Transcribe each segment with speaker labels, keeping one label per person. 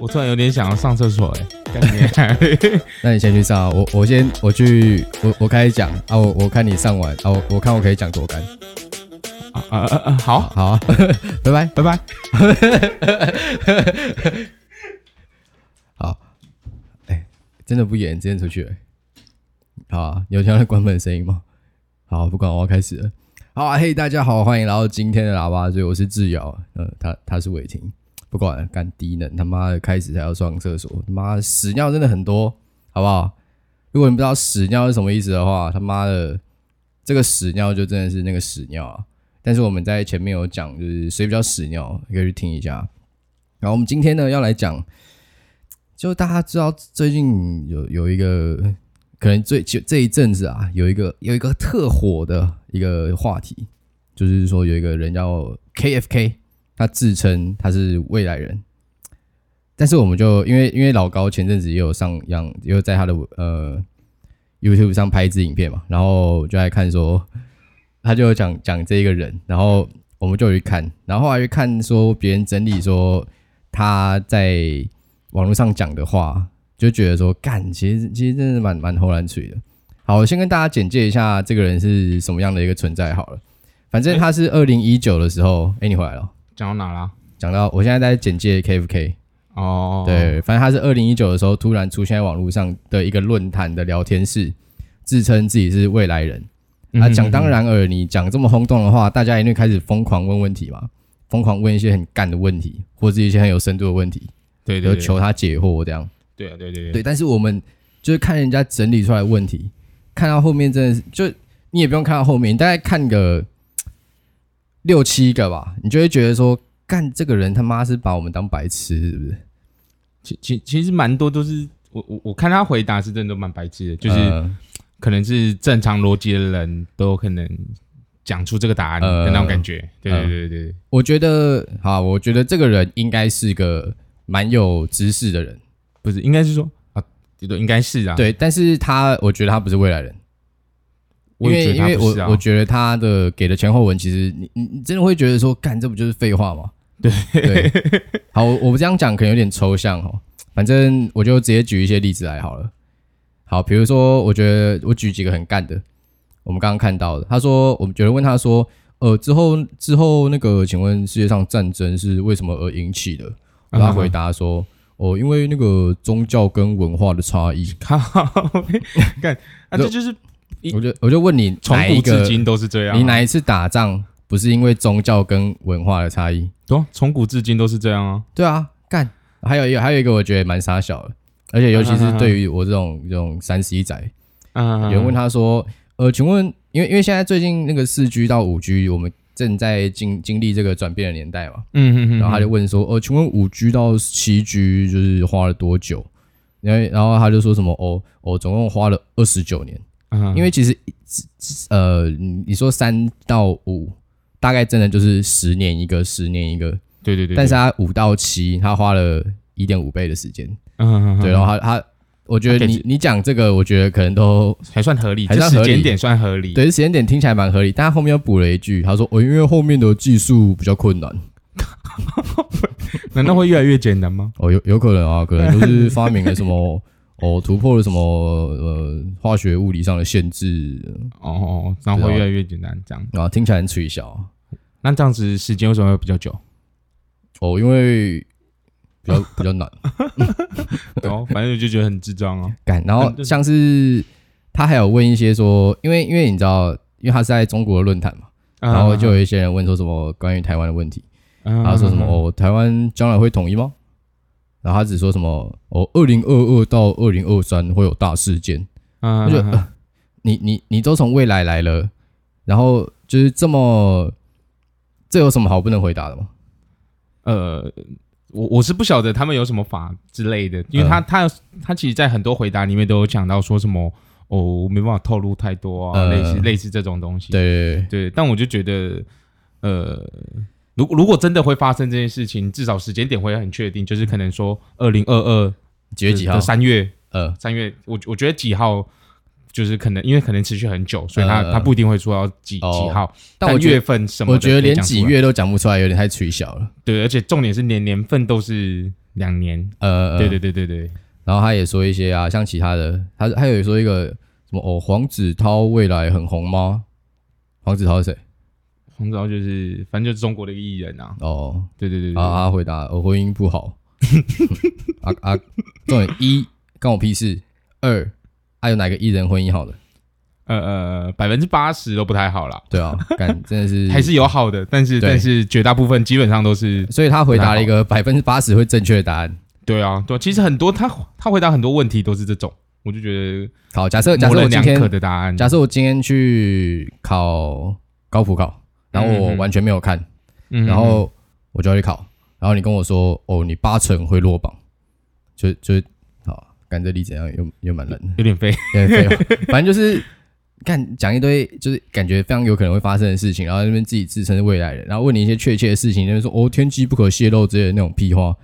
Speaker 1: 我突然有点想要上厕所 哎、
Speaker 2: 那你先去上啊，我我先我去我我开始讲啊，我我看你上完啊，我我看我可以讲多干，
Speaker 1: 啊啊啊啊！好，
Speaker 2: 好啊，拜拜。
Speaker 1: 拜拜。
Speaker 2: 好，哎、真的不演，真的出去了。好、啊，你有听到关门的声音吗？好，不管，我要开始了。好、啊，嘿，大家好，欢迎来到今天的喇叭所以我是智瑶，呃，他他是伟霆。不管了，干低能，他妈的开始才要上厕所，他妈的屎尿真的很多，好不好？如果你不知道屎尿是什么意思的话，他妈的这个屎尿就真的是那个屎尿啊。但是我们在前面有讲，就是谁比较屎尿，你可以去听一下。然后我们今天呢要来讲就大家知道最近有有一个，可能最就这一阵子啊，有一个有一个特火的一个话题，就是说有一个人叫 KFK，他自称他是未来人，但是我们就因为因为老高前阵子也有上样，也有在他的呃 YouTube 上拍一支影片嘛，然后我就来看说，他就有讲讲这一个人，然后我们就有去看，然后后来去看说别人整理说他在网络上讲的话，就觉得说干，其实其实真的蛮蛮偷懒水的。好，我先跟大家简介一下这个人是什么样的一个存在好了。反正他是二零一九的时候，哎、你回来了哦，
Speaker 1: 讲到哪啦？
Speaker 2: 讲到我现在在简介 KFK，、
Speaker 1: 哦，，
Speaker 2: 对，反正他是二零一九的时候突然出现在网络上的一个论坛的聊天室，自称自己是未来人。
Speaker 1: 嗯
Speaker 2: 啊，讲当然尔，你讲这么轰动的话，大家一定开始疯狂问问题嘛，疯狂问一些很干的问题，或者是一些很有深度的问题，
Speaker 1: 对对
Speaker 2: 就
Speaker 1: 对，
Speaker 2: 求他解惑这样。
Speaker 1: 对啊对对
Speaker 2: 对，但是我们就是看人家整理出来的问题，看到后面真的是，就你也不用看到后面，你大概看个嘖六七个吧，你就会觉得说，干这个人他妈是把我们当白痴，是不是？
Speaker 1: 其其其实蛮多都是我我我看他回答是真的都蛮白痴的，就是
Speaker 2: 呃
Speaker 1: 可能是正常逻辑的人都可能讲出这个答案
Speaker 2: 呃
Speaker 1: 的那种感觉。对
Speaker 2: 呃
Speaker 1: 对对对对，
Speaker 2: 我觉得，好，我觉得这个人应该是个蛮有知识的人，
Speaker 1: 不是，应该是说啊，对，应该是啊。，
Speaker 2: 对，但是他，我觉得他不是未来人。
Speaker 1: 我
Speaker 2: 因
Speaker 1: 也
Speaker 2: 为
Speaker 1: 觉
Speaker 2: 因为
Speaker 1: 得他不是
Speaker 2: 我
Speaker 1: 啊
Speaker 2: 我。觉得他的给的前后文，其实你你你真的会觉得说，干这不就是废 话吗？对好，我我这样讲可能有点抽象哦，反正我就直接举一些例子来好了。好，比如说，我觉得我举几个很干的，我们刚刚看到的，他说，我们有人问他说，呃，之后之后那个，请问世界上战争是为什么而引起的？
Speaker 1: 嗯
Speaker 2: 然后他回答说，哦，因为那个宗教跟文化的差异。
Speaker 1: 靠，干啊，这就是一
Speaker 2: 我就我就问你，
Speaker 1: 从
Speaker 2: 哪一
Speaker 1: 古
Speaker 2: 个
Speaker 1: 至今都是这样啊。
Speaker 2: 你哪一次打仗不是因为宗教跟文化的差异？
Speaker 1: 对啊，从古至今都是这样啊。
Speaker 2: 对啊，干。还有一个，还有一个，我觉得蛮傻小的，而且尤其是对于我这种这种三十一仔，
Speaker 1: 嗯，
Speaker 2: 有人问他说，呃，请问，因为因为现在最近那个四 G 到五 G，我们正在经经历这个转变的年代嘛，
Speaker 1: 嗯嗯嗯，
Speaker 2: 然后他就问说，呃，请问五 G 到七 G 就是花了多久？然后然后他就说什么，哦哦，总共花了二十九年。
Speaker 1: 嗯
Speaker 2: 因为其实呃，你你说三到五，大概真的就是十年一个，十年一个。
Speaker 1: 对对对，
Speaker 2: 但是他五到七，他花了一点五倍的时间。
Speaker 1: 嗯，
Speaker 2: 对，然后他他，我觉得
Speaker 1: 他给
Speaker 2: 你你讲这个，我觉得可能都
Speaker 1: 还算合理，
Speaker 2: 还
Speaker 1: 这
Speaker 2: 算
Speaker 1: 时
Speaker 2: 合理
Speaker 1: 间点算合理。
Speaker 2: 对时间点听起来蛮合理，但他后面又补了一句，他说：“哦，因为后面的技术比较困难。”
Speaker 1: 难道会越来越简单吗？
Speaker 2: 哦，有有可能啊，可能 就是发明了什么。哦，突破了什么呃化学物理上的限制
Speaker 1: 哦哦，然后会越来越简单这样。
Speaker 2: 啊？听起来很吹小啊
Speaker 1: 那这样子时间为什么会比较久？
Speaker 2: 哦，因为比较比较难。
Speaker 1: 然后哦反正我就觉得很智障哦。
Speaker 2: 干，然后
Speaker 1: 嗯对
Speaker 2: 像是他还有问一些说，因为因为你知道，因为他是在中国的论坛嘛，
Speaker 1: 啊
Speaker 2: 然后就有一些人问说什么关于台湾的问题，然
Speaker 1: 他
Speaker 2: 后说什么哦，台湾将来会统一吗？然后他只说什么哦，二零二二到二零二三会有大事件。
Speaker 1: 嗯
Speaker 2: 我觉得、呃 你你你都从未来来了，然后就是这么，这有什么好不能回答的吗？
Speaker 1: 呃，我我是不晓得他们有什么法之类的，因为他、他他其实，在很多回答里面都有讲到说什么哦，我没办法透露太多啊，
Speaker 2: 呃
Speaker 1: 类似类似这种东西。
Speaker 2: 对对对
Speaker 1: 对，但我就觉得，呃，如如果真的会发生这件事情，至少时间点会很确定，就是可能说二零二二
Speaker 2: 几月几号？
Speaker 1: 三月
Speaker 2: 呃，
Speaker 1: 三月，我我觉得几号。就是可能，因为可能持续很久，所以它
Speaker 2: 呃
Speaker 1: 它不一定会说要几
Speaker 2: 哦
Speaker 1: 几号，
Speaker 2: 但我觉得
Speaker 1: 月份什么的
Speaker 2: 我觉得
Speaker 1: 可以
Speaker 2: 连
Speaker 1: 讲出
Speaker 2: 几
Speaker 1: 来
Speaker 2: 月都讲不出来，有点太取小了。
Speaker 1: 对，而且重点是连年份都是两年，
Speaker 2: 呃，
Speaker 1: 对对对对对，
Speaker 2: 然后他也说一些啊，像其他的，他他有说一个什么哦，黄子韬未来很红吗？黄子韬是谁？
Speaker 1: 黄子韬就是反正就是中国的一个艺人啊，
Speaker 2: 哦，
Speaker 1: 对对对对，
Speaker 2: 啊啊，回答我婚姻不好。 啊啊，重点一关我屁事。二，还、有哪个艺人婚姻好的？
Speaker 1: 呃呃，百分之八十都不太好啦，
Speaker 2: 对啊，干真的是
Speaker 1: 还是有好的，但是
Speaker 2: 对
Speaker 1: 但是绝大部分基本上都是
Speaker 2: 所以他回答了一个百分之八十会正确的答案。
Speaker 1: 对啊对啊，其实很多他他回答很多问题都是这种，我就觉
Speaker 2: 好，假设
Speaker 1: 得
Speaker 2: 假
Speaker 1: 模
Speaker 2: 设我
Speaker 1: 棱
Speaker 2: 今
Speaker 1: 两可
Speaker 2: 天
Speaker 1: 的答案，
Speaker 2: 假设我今天去考高普考，然后我完全没有看，
Speaker 1: 嗯
Speaker 2: 然后我就要去考，然后你跟我说哦，你八成会落榜，就就好，感觉例怎样又又蛮冷的，
Speaker 1: 有点废，
Speaker 2: 有点废话 反正就是。看讲一堆，就是感觉非常有可能会发生的事情，然后在那边自己自称是未来人，然后问你一些确切的事情，那边说哦天机不可泄露之类的那种屁话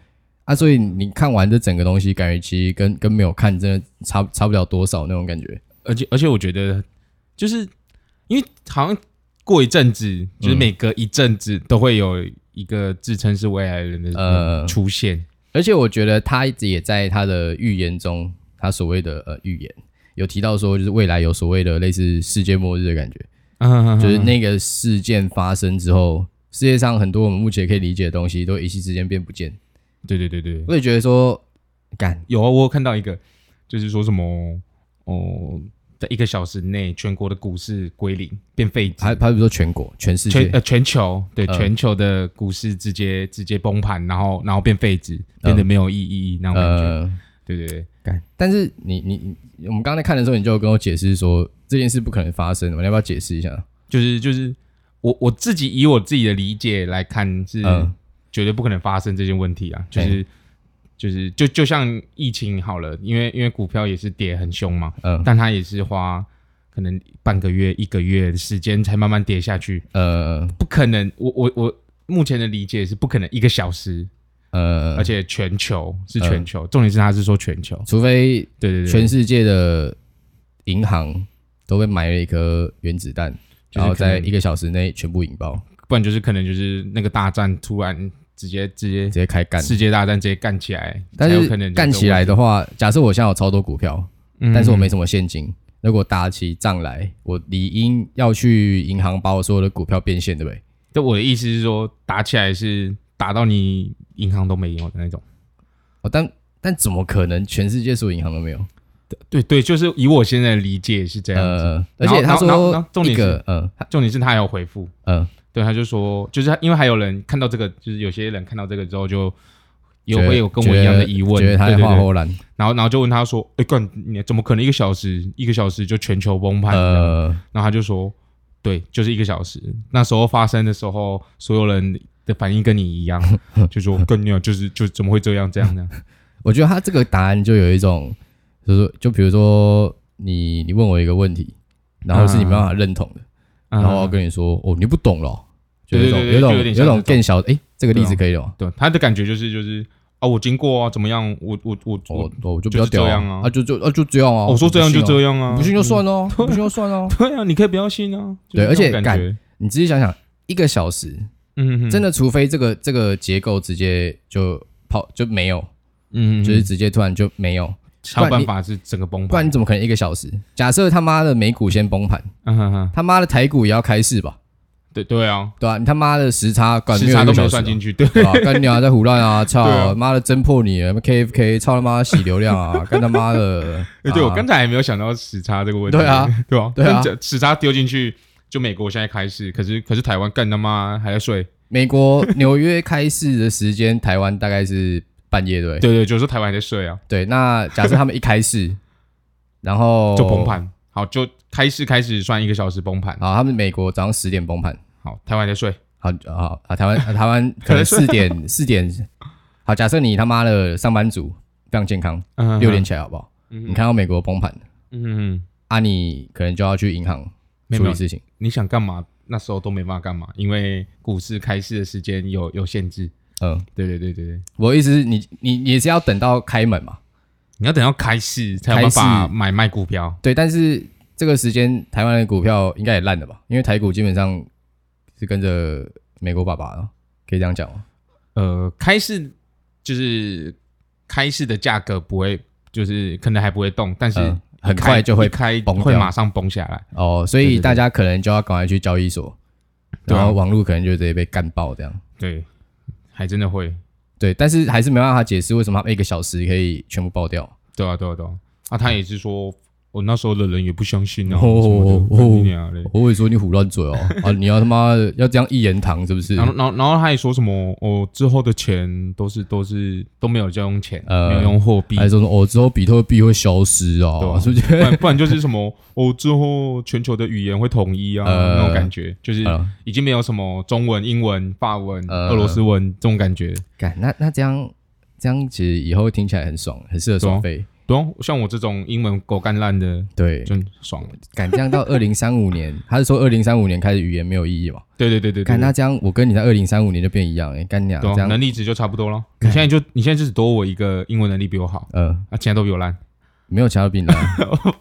Speaker 2: 啊，所以你看完这整个东西，感觉其实跟跟没有看真的差差不了多少那种感觉。
Speaker 1: 而且而且我觉得就是因为好像过一阵子，就是
Speaker 2: 嗯
Speaker 1: 每隔一阵子都会有一个自称是未来人的
Speaker 2: 呃
Speaker 1: 人出现，
Speaker 2: 而且我觉得他一直也在他的预言中，他所谓的呃预言有提到说，就是未来有所谓的类似世界末日的感觉，
Speaker 1: 嗯，
Speaker 2: 就是那个事件发生之后，世界上很多我们目前可以理解的东西都一夕之间变不见。
Speaker 1: 对对对对，
Speaker 2: 我也觉得说，干
Speaker 1: 有啊，我有看到一个，就是说什么哦，在一个小时内，全国的股市归零变废纸，
Speaker 2: 还还不说全国全世
Speaker 1: 全
Speaker 2: 界，
Speaker 1: 呃全球对、
Speaker 2: 嗯
Speaker 1: 全球的股市直接直接崩盘，然后然后变废
Speaker 2: 嗯
Speaker 1: 纸，变得没有意义那种感觉。
Speaker 2: 呃，
Speaker 1: 对对对，
Speaker 2: 干。但是你你你，我们刚才看的时候，你就有跟我解释说这件事不可能发生的嘛，你要不要解释一下？
Speaker 1: 就是就是我我自己以我自己的理解来看，是
Speaker 2: 嗯哎
Speaker 1: 绝对不可能发生这些问题啊，就是。就是就就像疫情好了，因为因为股票也是跌很凶嘛，
Speaker 2: 嗯
Speaker 1: 但它也是花可能半个月、一个月的时间才慢慢跌下去。
Speaker 2: 呃
Speaker 1: 不可能，我我我目前的理解是不可能一个小时，
Speaker 2: 呃，
Speaker 1: 而且全球是全球，重点是他是说全球，
Speaker 2: 除非
Speaker 1: 对对对，
Speaker 2: 全世界的银行都被埋了一颗原子弹，
Speaker 1: 就是
Speaker 2: 然后在
Speaker 1: 可能
Speaker 2: 一个小时内全部引爆，
Speaker 1: 不然就是可能就是那个大战突然直接直接
Speaker 2: 直接开干。
Speaker 1: 世界大战直接干起来，
Speaker 2: 但
Speaker 1: 才有
Speaker 2: 是
Speaker 1: 可能
Speaker 2: 干起来
Speaker 1: 的，
Speaker 2: 的话，假设我现在有超多股票，
Speaker 1: 嗯
Speaker 2: 但是我没什么现金，如果打起仗来，我理应要去银行把我所有的股票变现，对不对？
Speaker 1: 但我的意思是说，打起来是打到你银行都没有的那种。
Speaker 2: 哦，但但怎么可能全世界所有银行都没有？
Speaker 1: 对对，就是以我现在的理解是这样子。
Speaker 2: 呃，而
Speaker 1: 啊然后
Speaker 2: 且他
Speaker 1: 然后然后然
Speaker 2: 说
Speaker 1: 后重
Speaker 2: 一
Speaker 1: 点是
Speaker 2: 个，嗯
Speaker 1: 重点是他有回复，
Speaker 2: 嗯，
Speaker 1: 对，他就说，就是他因为还有人看到这个，就是有些人看到这个之后就有
Speaker 2: 觉得
Speaker 1: 会有跟我一样的疑问，
Speaker 2: 觉得觉得他
Speaker 1: 对
Speaker 2: 在
Speaker 1: 对
Speaker 2: 画
Speaker 1: 对，
Speaker 2: 后栏，
Speaker 1: 然后然后就问他说，哎、干你怎么可能一个小时一个小时就全球崩盘？呃、
Speaker 2: 呃，
Speaker 1: 然后他就说，对，就是一个小时。那时候发生的时候，所有人的反应跟你一样， 就说跟你就是就怎么会这样这样这样？
Speaker 2: 我觉得他这个答案就有一种，就是说就比如说你你问我一个问题，然后是你没办法认同的，
Speaker 1: 嗯
Speaker 2: 然后我跟你说哦你不懂咯，就有
Speaker 1: 对
Speaker 2: 一种
Speaker 1: 对对就有
Speaker 2: 有一种
Speaker 1: 点
Speaker 2: 有一
Speaker 1: 像
Speaker 2: 种
Speaker 1: 这种
Speaker 2: 更小的，哎，这个例子可以了吗？
Speaker 1: 对，他的感觉就是就是啊，我经过啊，怎么样？我我我我，
Speaker 2: 我我就比
Speaker 1: 就
Speaker 2: 较
Speaker 1: 是这
Speaker 2: 屌
Speaker 1: 样啊哦
Speaker 2: 啊就就啊就这样啊，
Speaker 1: 我说这样就这
Speaker 2: 样，
Speaker 1: 样啊，
Speaker 2: 不信就算哦，不信就 算哦。
Speaker 1: 对啊，你可以不要信啊。
Speaker 2: 对
Speaker 1: 就是
Speaker 2: 而且
Speaker 1: 那种
Speaker 2: 干
Speaker 1: 感觉，
Speaker 2: 你仔细想想，一个小时
Speaker 1: 嗯，
Speaker 2: 真
Speaker 1: 的，
Speaker 2: 的，除非这个这个结构直接就跑就没有，
Speaker 1: 嗯，
Speaker 2: 就是直接突然就没有，
Speaker 1: 想办法是整个崩
Speaker 2: 不然
Speaker 1: 盘
Speaker 2: 你。怎么可能一个小时？假设他妈的美股先崩盘，
Speaker 1: 嗯哼哼，
Speaker 2: 他妈的台股也要开市吧？
Speaker 1: 对对啊，
Speaker 2: 对啊，你他妈的时差管
Speaker 1: 时差都没
Speaker 2: 有
Speaker 1: 有
Speaker 2: 一个小时啊
Speaker 1: 算进去，对，
Speaker 2: 对啊，干你啊，在胡乱 啊，
Speaker 1: 对
Speaker 2: 操，
Speaker 1: 啊，
Speaker 2: 妈的侦破你了，KFK，操他妈洗流量啊，干他妈的
Speaker 1: 对
Speaker 2: 啊
Speaker 1: 我刚才还没有想到时差这个问题，
Speaker 2: 对啊，
Speaker 1: 对啊，
Speaker 2: 对啊
Speaker 1: 但这时差丢进去，就美国现在开始，可是可是台湾干他妈还在睡，
Speaker 2: 美国纽约开市的时间，台湾大概是半夜对不对
Speaker 1: 对对，就是台湾还在睡啊，
Speaker 2: 对，那假设他们一 开市，然后
Speaker 1: 就崩，盘，好，就开市开始算一个小时崩盘，
Speaker 2: 好，他们美国早上十点崩盘，
Speaker 1: 好，台湾还在睡，
Speaker 2: 好好啊，台湾啊 台湾可能四点四点，好，假设你他妈的上班族非常健康，
Speaker 1: 嗯
Speaker 2: 六点，起来好不好？你
Speaker 1: 你，
Speaker 2: 看到美国崩盘
Speaker 1: 嗯，嗯
Speaker 2: 啊，你可能就要去银行
Speaker 1: 没有
Speaker 2: 处
Speaker 1: 没
Speaker 2: 理
Speaker 1: 有
Speaker 2: 事情。
Speaker 1: 你想干嘛？那时候都没办法干嘛，因为股市开市的时间有有限制，
Speaker 2: 嗯，
Speaker 1: 对对对对对，
Speaker 2: 我的意思是你你你也是要等到开门嘛，
Speaker 1: 你要等到开市才有办
Speaker 2: 开
Speaker 1: 法
Speaker 2: 市
Speaker 1: 买卖股票，
Speaker 2: 对，但是这个时间台湾的股票应该也烂了吧，因为台股基本上是跟着美国爸爸了，可以这样讲吗？
Speaker 1: 呃，开市就是开市的价格不会，就是可能还不会动，但是
Speaker 2: 嗯很
Speaker 1: 开
Speaker 2: 快就
Speaker 1: 一
Speaker 2: 会
Speaker 1: 开
Speaker 2: 崩
Speaker 1: 会
Speaker 2: 掉
Speaker 1: 马上崩下来。
Speaker 2: 哦，所
Speaker 1: 对对
Speaker 2: 以
Speaker 1: 对
Speaker 2: 大家可能就要赶快去交易所，
Speaker 1: 对啊
Speaker 2: 然后网络可能就直接被干爆这样。
Speaker 1: 对，还真的会。
Speaker 2: 对，但是还是没办法解释为什么他们一个小时可以全部爆掉。
Speaker 1: 对啊，对啊，对啊。啊，他也是说，我那时候的人也不相信啊，
Speaker 2: 哦
Speaker 1: 什么的
Speaker 2: 哦
Speaker 1: 干你娘嘞。
Speaker 2: 我会说你胡 乱嘴哦，啊，你要他妈要这样一言堂是不是？
Speaker 1: 然后，然后，然后他也说什么？哦，之后的钱都是都是都没有在用钱，
Speaker 2: 呃
Speaker 1: 没有用货币，
Speaker 2: 还说什么哦，之后比特币会消失哦，
Speaker 1: 对啊
Speaker 2: 是不是？
Speaker 1: 不然不然就是什么哦，之后全球的语言会统一啊，
Speaker 2: 呃
Speaker 1: 那种感觉，就是
Speaker 2: 呃
Speaker 1: 已经没有什么中文、英文、法文、
Speaker 2: 呃
Speaker 1: 俄罗斯文这种感觉。
Speaker 2: 干那那这样这样其实以后听起来很爽，很适合爽飞。
Speaker 1: 对啊、像我这种英文狗干烂的，
Speaker 2: 对，
Speaker 1: 真爽了。
Speaker 2: 敢这样到二零三五年， 他是说二零三五年开始语言没有意义嘛？
Speaker 1: 对对对对对，
Speaker 2: 干那这样，我跟你在二零三五年就变一样，哎，干娘
Speaker 1: 对啊，
Speaker 2: 这样，
Speaker 1: 能力值就差不多了。你现在就你现在就只多我一个英文能力比我好，
Speaker 2: 呃，
Speaker 1: 啊，其他都比我烂，
Speaker 2: 没有其他的比 你烂。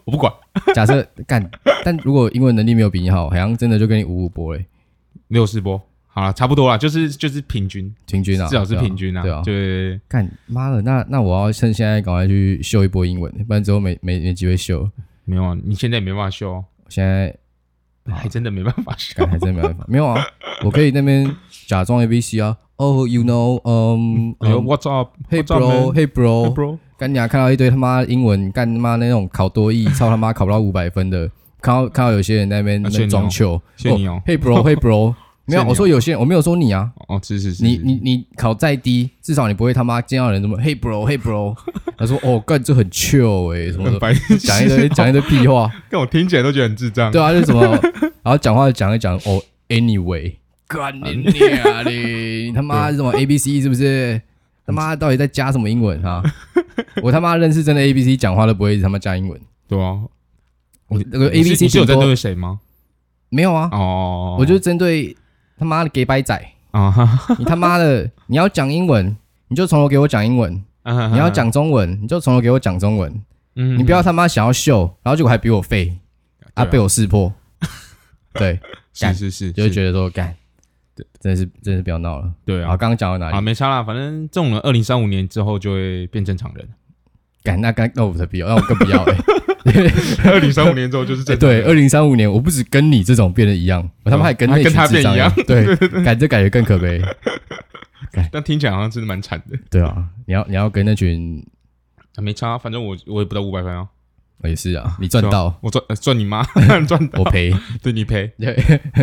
Speaker 1: 我不管。
Speaker 2: 假设干，但如果英文能力没有比你好，好像真的就跟你五五波哎，
Speaker 1: 六四波，好了，差不多了，就是就是平均，
Speaker 2: 平均啊，
Speaker 1: 至少是
Speaker 2: 对啊
Speaker 1: 平均啊。
Speaker 2: 对啊，
Speaker 1: 对
Speaker 2: 干妈的，那那我要趁现在赶快去秀一波英文，不然之后没没没机会秀。
Speaker 1: 没有啊，你现在也没办法修哦，
Speaker 2: 现在
Speaker 1: 还真的没办法修
Speaker 2: 干。还真没办法，没有啊，我可以那边假装 A B C 啊。Oh, you know, um,
Speaker 1: 哎呦
Speaker 2: um
Speaker 1: ，What's
Speaker 2: hey
Speaker 1: up？What's
Speaker 2: bro, hey bro，
Speaker 1: up，bro？
Speaker 2: 干娘看到一堆他妈英文，干他妈那种考多译，操他妈考不到五百分的，看到看到有些人在那边
Speaker 1: 啊
Speaker 2: 那
Speaker 1: 炫
Speaker 2: 边
Speaker 1: 你
Speaker 2: 装
Speaker 1: 哦
Speaker 2: 糗，
Speaker 1: 谢谢你哦。
Speaker 2: 嘿 bro 嘿 bro，没有，
Speaker 1: 炫你
Speaker 2: 我说有些人，我没有说你啊，
Speaker 1: 哦，是是是，
Speaker 2: 你
Speaker 1: 是
Speaker 2: 你你考再低，至少你不会他妈见到人这么嘿 bro 嘿 bro，他说哦干这很 chill 哎、什么
Speaker 1: 很
Speaker 2: 的，
Speaker 1: 白痴，
Speaker 2: 讲一 堆讲一堆屁话，
Speaker 1: 但我听起来都觉得很智障。
Speaker 2: 对啊，就什么，然后讲话讲一讲哦 anyway，干你娘嘞，你他妈是什么 A B C 是不是？他妈
Speaker 1: 嗯
Speaker 2: 到底在加什么英文啊？ 我他妈认识真的 A B C 讲话都不会他妈加英文。
Speaker 1: 对啊，
Speaker 2: 我那
Speaker 1: 你
Speaker 2: 个呃 A
Speaker 1: 是
Speaker 2: B C
Speaker 1: 你是有在
Speaker 2: 顶多
Speaker 1: 对谁吗？
Speaker 2: 没有啊？
Speaker 1: 哦，
Speaker 2: 我就针对他妈的给白仔，
Speaker 1: 啊哈，
Speaker 2: 你他妈的你要讲英文， 你就从头给我讲英文；
Speaker 1: 你
Speaker 2: 你要，讲中文，你就从头给我讲中文。
Speaker 1: 嗯
Speaker 2: 你不要他妈想要秀，然后结果还比我废啊，被
Speaker 1: 我
Speaker 2: 我 识破。对，
Speaker 1: 是
Speaker 2: 干
Speaker 1: 啊是是，
Speaker 2: 就会
Speaker 1: 得
Speaker 2: 觉得说干，真的是真的是不要闹了。
Speaker 1: 对
Speaker 2: 好，
Speaker 1: 啊，
Speaker 2: 刚刚讲到哪
Speaker 1: 啊
Speaker 2: 里？
Speaker 1: 没差啦，反正这种人二零三五年之后就会变正常 人。
Speaker 2: 干那干那我才不要，那我更不要 哎。
Speaker 1: 二零三五年之后就是
Speaker 2: 欸
Speaker 1: 正常
Speaker 2: 对，
Speaker 1: 人。
Speaker 2: 二零三五年我不止跟你这种变得一样，我他妈还跟那
Speaker 1: 啊还跟他
Speaker 2: 群智 障一样。对，感这感觉更可悲。
Speaker 1: 但听起来好像真的蛮惨的。
Speaker 2: 对啊，你要你要跟那群
Speaker 1: 啊，没差，反正我我也不到五百分啊，
Speaker 2: 我也是啊，你赚到
Speaker 1: 我赚呃赚你 妈，赚到
Speaker 2: 我赔。
Speaker 1: 对你赔，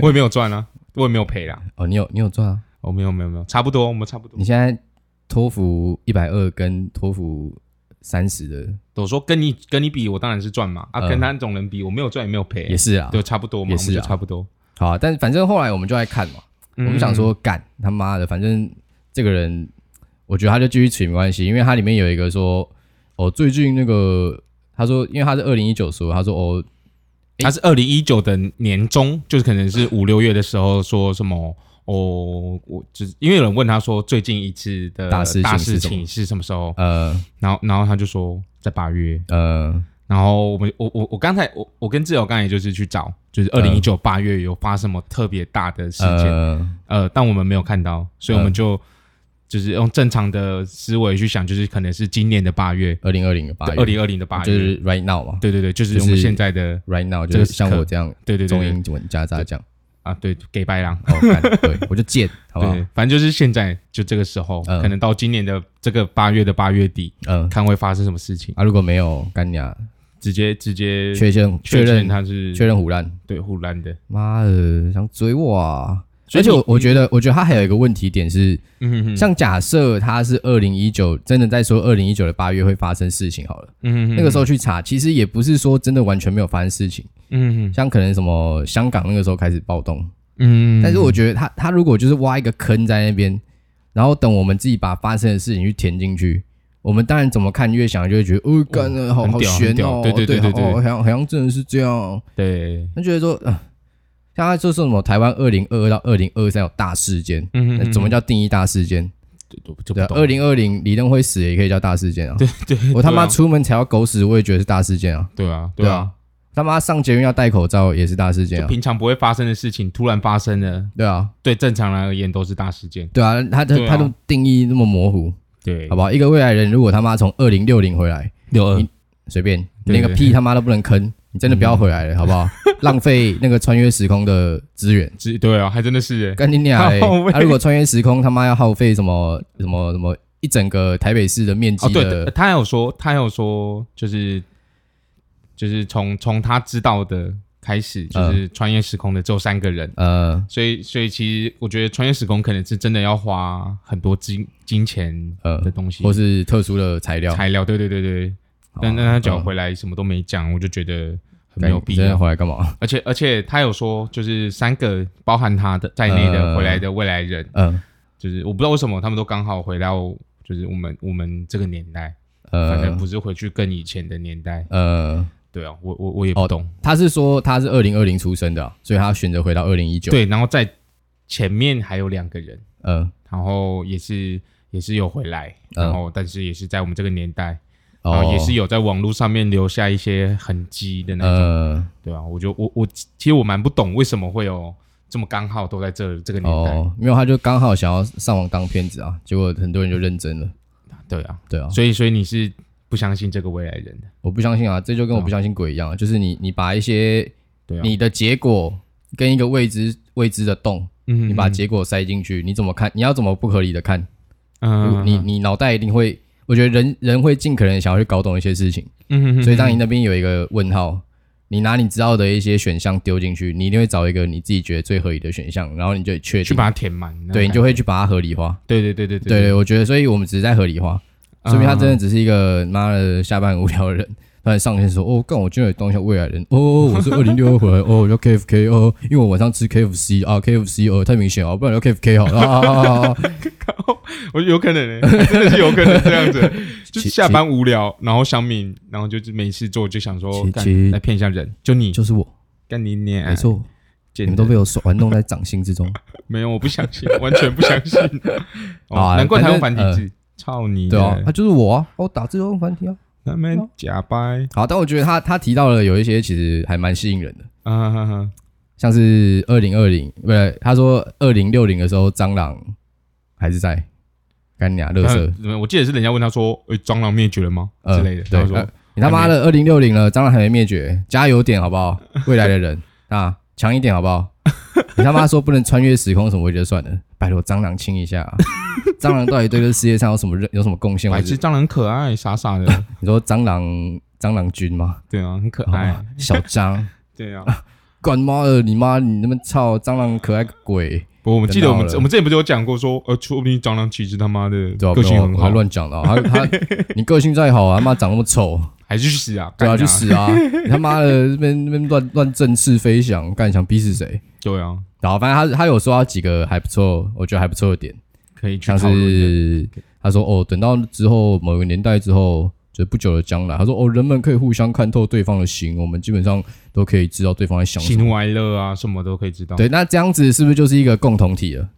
Speaker 1: 我也没有赚啊，我也没有赔啦，
Speaker 2: 哦，你有你有赚啊？
Speaker 1: 哦没有没有没有，差不多我们差不多
Speaker 2: 你。现在托福一百二跟托福三十的
Speaker 1: 我说跟你跟你比，我当然是赚嘛，啊
Speaker 2: 嗯
Speaker 1: 跟他那种人比，我没有赚也没有赔，
Speaker 2: 也是啊，
Speaker 1: 对，差不多嘛，
Speaker 2: 也
Speaker 1: 我们
Speaker 2: 是啊
Speaker 1: 就差不多。
Speaker 2: 好啊。但反正后来我们就来看嘛，我
Speaker 1: 嗯
Speaker 2: 们想说干他妈的，反正这个人，我觉得他就继续取没关系，因为他里面有一个说，哦，最近那个他说，因为他是二零一九说，他说哦，
Speaker 1: 他是二零一九的年中，就是可能是五六月的时候说什么哦，我就是因为有人问他说最近一次的
Speaker 2: 大事情
Speaker 1: 大
Speaker 2: 是
Speaker 1: 事
Speaker 2: 什么
Speaker 1: 情是什么时候，
Speaker 2: 呃
Speaker 1: 然后然后他就说在八月，
Speaker 2: 呃，
Speaker 1: 然后我们我我我刚才我我跟志友刚才也就是去找，就是二零一九八月有发什么特别大的事件，
Speaker 2: 呃，
Speaker 1: 呃，但我们没有看到，所以我们就、就是用正常的思维去想，就是可能是今年的八月，
Speaker 2: 二零二零的八月，
Speaker 1: 二零二零的八月，
Speaker 2: 就是 right now 嘛
Speaker 1: 对对对，就是
Speaker 2: 就是
Speaker 1: 我们现在的、
Speaker 2: ，right now
Speaker 1: 这
Speaker 2: 就
Speaker 1: 个
Speaker 2: 是像
Speaker 1: 可
Speaker 2: 我这样
Speaker 1: 对对对
Speaker 2: 中
Speaker 1: 对
Speaker 2: 英文夹杂讲，
Speaker 1: 啊，对给白狼，
Speaker 2: 哦，干 对我就贱，好不好？
Speaker 1: 对，反正就是现在就这个时候，
Speaker 2: 嗯
Speaker 1: 可能到今年的这个八月的八月底，
Speaker 2: 嗯，
Speaker 1: 看会发生什么事情，
Speaker 2: 啊，如果没有干你啊，
Speaker 1: 直接直接
Speaker 2: 确认
Speaker 1: 确
Speaker 2: 确
Speaker 1: 认
Speaker 2: 认
Speaker 1: 他是
Speaker 2: 确认胡乱，
Speaker 1: 对护栏的，
Speaker 2: 妈的，想追我啊！
Speaker 1: 所
Speaker 2: 而
Speaker 1: 以
Speaker 2: 且
Speaker 1: 你
Speaker 2: 我我觉得，我觉得他还有一个问题点是，
Speaker 1: 嗯哼哼，
Speaker 2: 像假设他是二零一九，真的在说二零一九的八月会发生事情好了，
Speaker 1: 嗯哼哼
Speaker 2: 那个时候去查，其实也不是说真的完全没有发生事情，
Speaker 1: 嗯哼哼
Speaker 2: 像可能什么香港那个时候开始暴动，
Speaker 1: 嗯，
Speaker 2: 但是我觉得他他如果就是挖一个坑在那边，然后等我们自己把发生的事情去填进去，我们当然怎么看越想就会觉得，哦，干了好
Speaker 1: 很
Speaker 2: 好
Speaker 1: 屌很
Speaker 2: 悬
Speaker 1: 屌
Speaker 2: 哦，
Speaker 1: 对对对对对
Speaker 2: 哦好像好像真的是这样，
Speaker 1: 对，
Speaker 2: 他觉得说，呃、像他说什么台湾二零二二到二零二三有大事件，
Speaker 1: 嗯哼
Speaker 2: 那
Speaker 1: 哼，
Speaker 2: 怎么叫定义大事件？
Speaker 1: 就就
Speaker 2: 对
Speaker 1: 不
Speaker 2: 啊，
Speaker 1: 懂
Speaker 2: 二零二零李登辉死也可以叫大事件啊，
Speaker 1: 对对，
Speaker 2: 我他妈
Speaker 1: 对啊
Speaker 2: 出门踩到狗屎我也觉得是大事件啊，
Speaker 1: 对啊，
Speaker 2: 对啊，，他妈上捷运要戴口罩也是大事件
Speaker 1: 就
Speaker 2: 啊，
Speaker 1: 平常不会发生的事情，突然发生了，
Speaker 2: 对啊，
Speaker 1: 对正常人而言都是大事件。
Speaker 2: 对啊，他他
Speaker 1: 对啊
Speaker 2: 他的定义那么模糊，
Speaker 1: 对，
Speaker 2: 好不好？一个未来人如果他妈从二零六零回来，
Speaker 1: 六二
Speaker 2: 你随便，你
Speaker 1: 对
Speaker 2: 连个
Speaker 1: 对
Speaker 2: 屁他妈都不能坑，你真的不要回来了，好 不好？浪费那个穿越时空的资源。
Speaker 1: 只对啊，还真的是欸
Speaker 2: 干你 娘嘞！
Speaker 1: 耗费
Speaker 2: 他、如果穿越时空，他妈要耗费什么什么什么一整个台北市的面
Speaker 1: 哦，
Speaker 2: 积
Speaker 1: 对
Speaker 2: 的、，
Speaker 1: 他还有说，他还有说，就是就是从从他知道的开始，
Speaker 2: 嗯
Speaker 1: 就是穿越时空的只有三个人，
Speaker 2: 呃
Speaker 1: 所以所以其实我觉得穿越时空可能是真的要花很多金金钱的
Speaker 2: 呃，
Speaker 1: 东西，
Speaker 2: 或是特殊的材料。
Speaker 1: 材料，对对对对。但但他讲回来什么都没讲，我就觉得很没有必
Speaker 2: 嗯干你真的
Speaker 1: 要。
Speaker 2: 回来干嘛？
Speaker 1: 而且而且他有说，就是三个包含他的在内的
Speaker 2: 呃
Speaker 1: 回来的未来人，
Speaker 2: 嗯
Speaker 1: 就是我不知道为什么他们都刚好回到就是我们我们这个年代，反正
Speaker 2: 呃
Speaker 1: 不是回去更以前的年代。
Speaker 2: 呃，
Speaker 1: 对啊，我我
Speaker 2: 哦
Speaker 1: 我也不懂。
Speaker 2: 他是说他是二零二零出生的啊、所以他选择回到二零一九。，
Speaker 1: 对，然后在前面还有两个人，
Speaker 2: 呃，
Speaker 1: 然后也是也是有回来，
Speaker 2: 嗯
Speaker 1: 然后但是也是在我们这个年代，然
Speaker 2: 哦
Speaker 1: 后，也是有在网络上面留下一些痕迹的那种，
Speaker 2: 呃，
Speaker 1: 对啊，我就我我其实我蛮不懂为什么会有这么刚好都在这这个年代，
Speaker 2: 哦，没有，他就刚好想要上网当骗子啊，结果很多人就认真了。
Speaker 1: 对啊，
Speaker 2: 对啊，
Speaker 1: 所以所以你是不相信这个未来人的，
Speaker 2: 我不相信啊，这就跟我不相信鬼一样啊，就是你你把一些
Speaker 1: 对啊，
Speaker 2: 你的结果跟一个未知未知的洞，
Speaker 1: 嗯
Speaker 2: 你把结果塞进去，你怎么看？你要怎么不合理的看？
Speaker 1: 嗯
Speaker 2: 你你脑袋一定会，我觉得人人会尽可能想要去搞懂一些事情，
Speaker 1: 嗯
Speaker 2: 所以当你那边有一个问号，你拿你知道的一些选项丢进去，你一定会找一个你自己觉得最合理的选项，然后你就确
Speaker 1: 嗯去
Speaker 2: 定，
Speaker 1: 把它填满，那种
Speaker 2: 对，你
Speaker 1: 感
Speaker 2: 就
Speaker 1: 觉
Speaker 2: 会去把它合理化。
Speaker 1: 对对对对嗯
Speaker 2: 对对，我觉得，所以我们只是在合理化，说明他真的只是一个妈的下班很无聊的人。突然上线说：“哦，干，我居然有当下未来人哦，我是二零六二回来哦，我叫 KFK 哦，因为我晚上吃 KFC 啊，KFC 哦，太明显哦，不然我叫 KFK 好了啊啊啊啊啊啊！
Speaker 1: 我有可能、欸，真的是有可能这样子， 就
Speaker 2: 其
Speaker 1: 下班无聊，然后想敏，然后就是没事做，就想说
Speaker 2: 其
Speaker 1: 干
Speaker 2: 其
Speaker 1: 来骗一下人，就你
Speaker 2: 就是我，
Speaker 1: 干你脸，
Speaker 2: 没，错，
Speaker 1: 你
Speaker 2: 你们都被我手玩弄在掌心 之中。
Speaker 1: 没有，我不相信，完全不相 信。
Speaker 2: 好
Speaker 1: 哦，
Speaker 2: 啊
Speaker 1: 难怪他用繁
Speaker 2: 反
Speaker 1: 体
Speaker 2: 正
Speaker 1: 字，操你
Speaker 2: 对啊，
Speaker 1: 的
Speaker 2: 他，就是我啊，我打字都用繁体啊。
Speaker 1: 他们假掰
Speaker 2: 好，但我觉得他他提到了有一些其实还蛮吸引人的，
Speaker 1: 啊哈哈！
Speaker 2: 像是二零二零，不是他说二零六零的时候蟑螂还是在干你啊，乐色。
Speaker 1: 呃我记得是人家问他说：“诶，蟑螂灭绝了吗？”
Speaker 2: 呃
Speaker 1: 之类的，
Speaker 2: 对
Speaker 1: 他，说
Speaker 2: 呃你他妈的二零六零了，蟑螂还没灭绝，加油点好不好？未来的人 啊，强一点好不好？你他妈说不能穿越时空什么，我觉得算了，拜托蟑螂亲一下、啊。蟑螂到底对这世界上有什么任有什么贡：“献？我
Speaker 1: 白
Speaker 2: 只
Speaker 1: 痴，蟑螂很可爱，傻傻的，
Speaker 2: 你说蟑螂蟑螂君吗？
Speaker 1: 对啊，很可
Speaker 2: 好
Speaker 1: 爱
Speaker 2: 吧，小张，
Speaker 1: 对啊。”
Speaker 2: 管妈的，你妈你那么操，蟑螂可爱个鬼，
Speaker 1: 不， 我们记得我们
Speaker 2: 真闹了
Speaker 1: 我们之前不是有讲过说，呃，说不定蟑螂其实他妈的
Speaker 2: 对吧、啊
Speaker 1: 个性
Speaker 2: 不要
Speaker 1: 很
Speaker 2: 不要
Speaker 1: 好，
Speaker 2: 乱讲的、啊，他他你个性再好、啊，他妈长那 么丑，
Speaker 1: 还是去死啊，
Speaker 2: 对啊，
Speaker 1: 干
Speaker 2: 去！死啊！你他妈的这边那边乱乱振翅飞翔，干想逼死谁？
Speaker 1: 对啊，
Speaker 2: 然后反正他他有说到几个还不错，我觉得还不错的点，
Speaker 1: 可以去
Speaker 2: 像
Speaker 1: 讨论的。
Speaker 2: 是他说哦，等到之后某个年代之后，就是不久的将来，他说哦，人们可以互相看透对方的心，我们基本上都可以知道对方在想什
Speaker 1: 喜
Speaker 2: 么。
Speaker 1: 怒哀乐啊，什么都可以知道。，
Speaker 2: 对，那这样子是不是就是一个共同体了？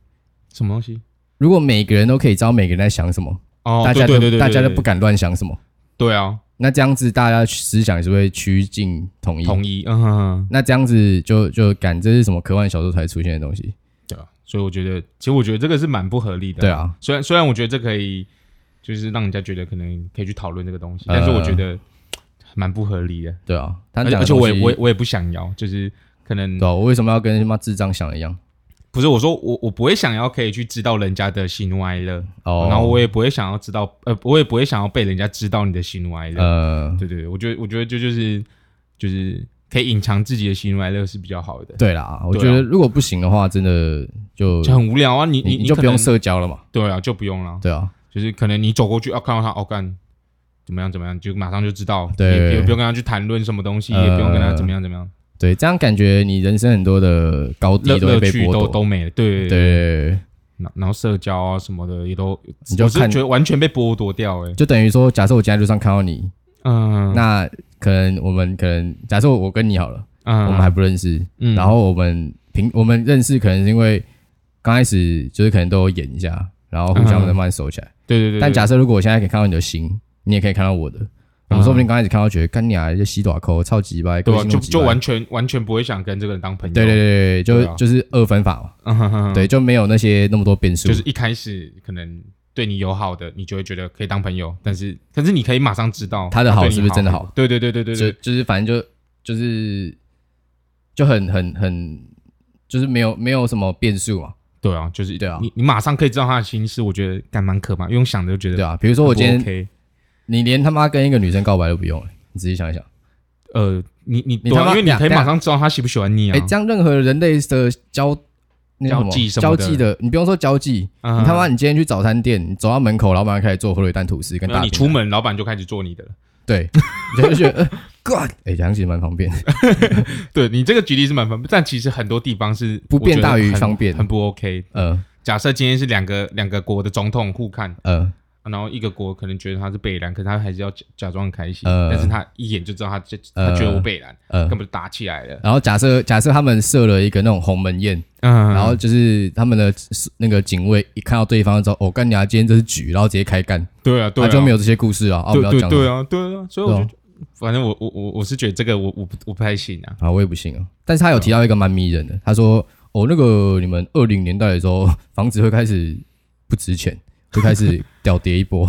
Speaker 1: 什么东西？
Speaker 2: 如果每个人都可以知道每个人在想什么，
Speaker 1: 哦，
Speaker 2: 大家
Speaker 1: 对
Speaker 2: 就
Speaker 1: 对对，
Speaker 2: 大家
Speaker 1: 对
Speaker 2: 就不敢乱想什么，
Speaker 1: 对啊，
Speaker 2: 那这样子大家思想也是会趋近统一。
Speaker 1: 统一，嗯哼哼，
Speaker 2: 那这样子就就感这是什么科幻小说才出现的东西？
Speaker 1: 对啊。所以我觉得，其实我觉得这个是蛮不合理的。
Speaker 2: 对，啊，
Speaker 1: 虽然虽然我觉得这可以，就是让人家觉得可能可以去讨论这个东西，
Speaker 2: 呃
Speaker 1: 但是我觉得蛮不合理的。
Speaker 2: 对啊，他
Speaker 1: 而且而
Speaker 2: 讲的
Speaker 1: 且我
Speaker 2: 东
Speaker 1: 也
Speaker 2: 西
Speaker 1: 我也我也不想要，就是可能
Speaker 2: 对啊、我为什么要跟他妈智障想的一样？
Speaker 1: 不是我说我我不会想要可以去知道人家的喜怒哀乐。
Speaker 2: 哦，
Speaker 1: 然后我也不会想要知道，呃，我也不会想要被人家知道你的喜怒哀乐。
Speaker 2: 呃，
Speaker 1: 对对对，我觉得我觉得这就是就是可以隐藏自己的喜怒哀乐是比较好的，
Speaker 2: 对啦，我
Speaker 1: 对啊
Speaker 2: 觉得如果不行的话，真的就
Speaker 1: 就很无聊啊，你
Speaker 2: 你
Speaker 1: 你
Speaker 2: 就
Speaker 1: 可
Speaker 2: 不用
Speaker 1: 能
Speaker 2: 社交了嘛。
Speaker 1: 对啊，就不用了，
Speaker 2: 对啊，
Speaker 1: 就是可能你走过去要看到他，哦干。怎么样？怎么样？就马上就知道，
Speaker 2: 对呃
Speaker 1: 也不也不用跟他去谈论什么东西，也不用跟他怎么样怎么样，
Speaker 2: 对，这样感觉你人生很多的高低
Speaker 1: 乐
Speaker 2: 都会
Speaker 1: 乐
Speaker 2: 被
Speaker 1: 趣
Speaker 2: 剥
Speaker 1: 都
Speaker 2: 夺。
Speaker 1: 都没了。对
Speaker 2: 对，对，对
Speaker 1: 然然后社交啊什么的也都，
Speaker 2: 你就
Speaker 1: 我是
Speaker 2: 看
Speaker 1: 觉得完全被剥夺掉。哎，
Speaker 2: 就等于说，假设我今天在路上看到你，
Speaker 1: 嗯，
Speaker 2: 那可能我们可能假设我跟你好了，
Speaker 1: 嗯
Speaker 2: 我们还不认识，
Speaker 1: 嗯
Speaker 2: 然后我们平我们认识，可能是因为刚开始就是可能都有演一下，然后互
Speaker 1: 嗯
Speaker 2: 相的慢慢熟起来。
Speaker 1: 对对对，
Speaker 2: 但
Speaker 1: 对
Speaker 2: 假设如果我现在可以看到你的心，你也可以看到我
Speaker 1: 嗯
Speaker 2: 的，我们说不定刚开始看到觉得干你啊，这西短扣超级白，
Speaker 1: 对
Speaker 2: 个
Speaker 1: 啊，
Speaker 2: 性
Speaker 1: 就
Speaker 2: 都几
Speaker 1: 就
Speaker 2: 掰
Speaker 1: 完全完全不会想跟这个人当朋友。
Speaker 2: 对 对对
Speaker 1: 对
Speaker 2: 对，就
Speaker 1: 啊
Speaker 2: 就是二分法嘛，
Speaker 1: 嗯哼哼，
Speaker 2: 对，就没有那些那么多变数
Speaker 1: 就。是一开始可能对你友好的，你就会觉得可以当朋友。但是，可是你可以马上知道
Speaker 2: 他的好
Speaker 1: 对你
Speaker 2: 是不是真的好？
Speaker 1: 对对对对对
Speaker 2: 就
Speaker 1: 对，
Speaker 2: 就是反正就就是就很很很，就是没有没有什么变数嘛，
Speaker 1: 对啊，就是
Speaker 2: 对啊
Speaker 1: 你你马上可以知道他的心思，我觉得干蛮可怕，用想的就觉得
Speaker 2: 对啊。比如说
Speaker 1: 很
Speaker 2: 我
Speaker 1: 不
Speaker 2: 今天
Speaker 1: OK，
Speaker 2: 你连他妈跟一个女生告白都不用了，你仔细想一想，
Speaker 1: 呃，你你
Speaker 2: 你
Speaker 1: 对啊
Speaker 2: 他妈
Speaker 1: 因为你可以
Speaker 2: 等下
Speaker 1: 马上知道他喜不喜欢你啊。
Speaker 2: 哎，这样任何人类的交那个
Speaker 1: 交际什
Speaker 2: 交
Speaker 1: 么的
Speaker 2: 际的，你不用说交际，
Speaker 1: 嗯
Speaker 2: 你他妈你今天去早餐店，你走到门口，老板开始做佛罗里蛋吐司跟
Speaker 1: 没有
Speaker 2: 大啊
Speaker 1: 你
Speaker 2: 饼
Speaker 1: 出门，老板就开始做你的了。
Speaker 2: 对，你就会觉得呃 God，哎，这样其实蛮方便，
Speaker 1: 对你这个举例是蛮方便，但其实很多地方是
Speaker 2: 不便
Speaker 1: 我觉得
Speaker 2: 大于
Speaker 1: 很
Speaker 2: 方便
Speaker 1: 很不 OK。
Speaker 2: 呃
Speaker 1: 假设今天是两个两个国的总统互看，
Speaker 2: 呃，
Speaker 1: 啊然后一个国可能觉得他是北兰，可是他还是要假假装很开心，
Speaker 2: 呃
Speaker 1: 但是他一眼就知道他这
Speaker 2: 呃
Speaker 1: 他觉得我北兰，
Speaker 2: 呃
Speaker 1: 根本就打起来了。
Speaker 2: 然后假设假设他们设了一个那种鸿门宴，
Speaker 1: 嗯
Speaker 2: 然后就是他们的那个警卫一看到对方之后，哦，干你啊，今天这是局，然后直接开干，
Speaker 1: 对啊，对
Speaker 2: 他
Speaker 1: 啊，
Speaker 2: 就没有这些故事啊。啊，我
Speaker 1: 对
Speaker 2: 们要
Speaker 1: 对
Speaker 2: 讲什么
Speaker 1: 对啊，对啊，所以我
Speaker 2: 对啊
Speaker 1: 就反正我我我我是觉得这个我我不我不太信啊。
Speaker 2: 啊，我也不信啊。但是他有提到一个蛮迷人的，他说哦，那个你们二零年代的时候，房子会开始不值钱，会开始屌跌 一波，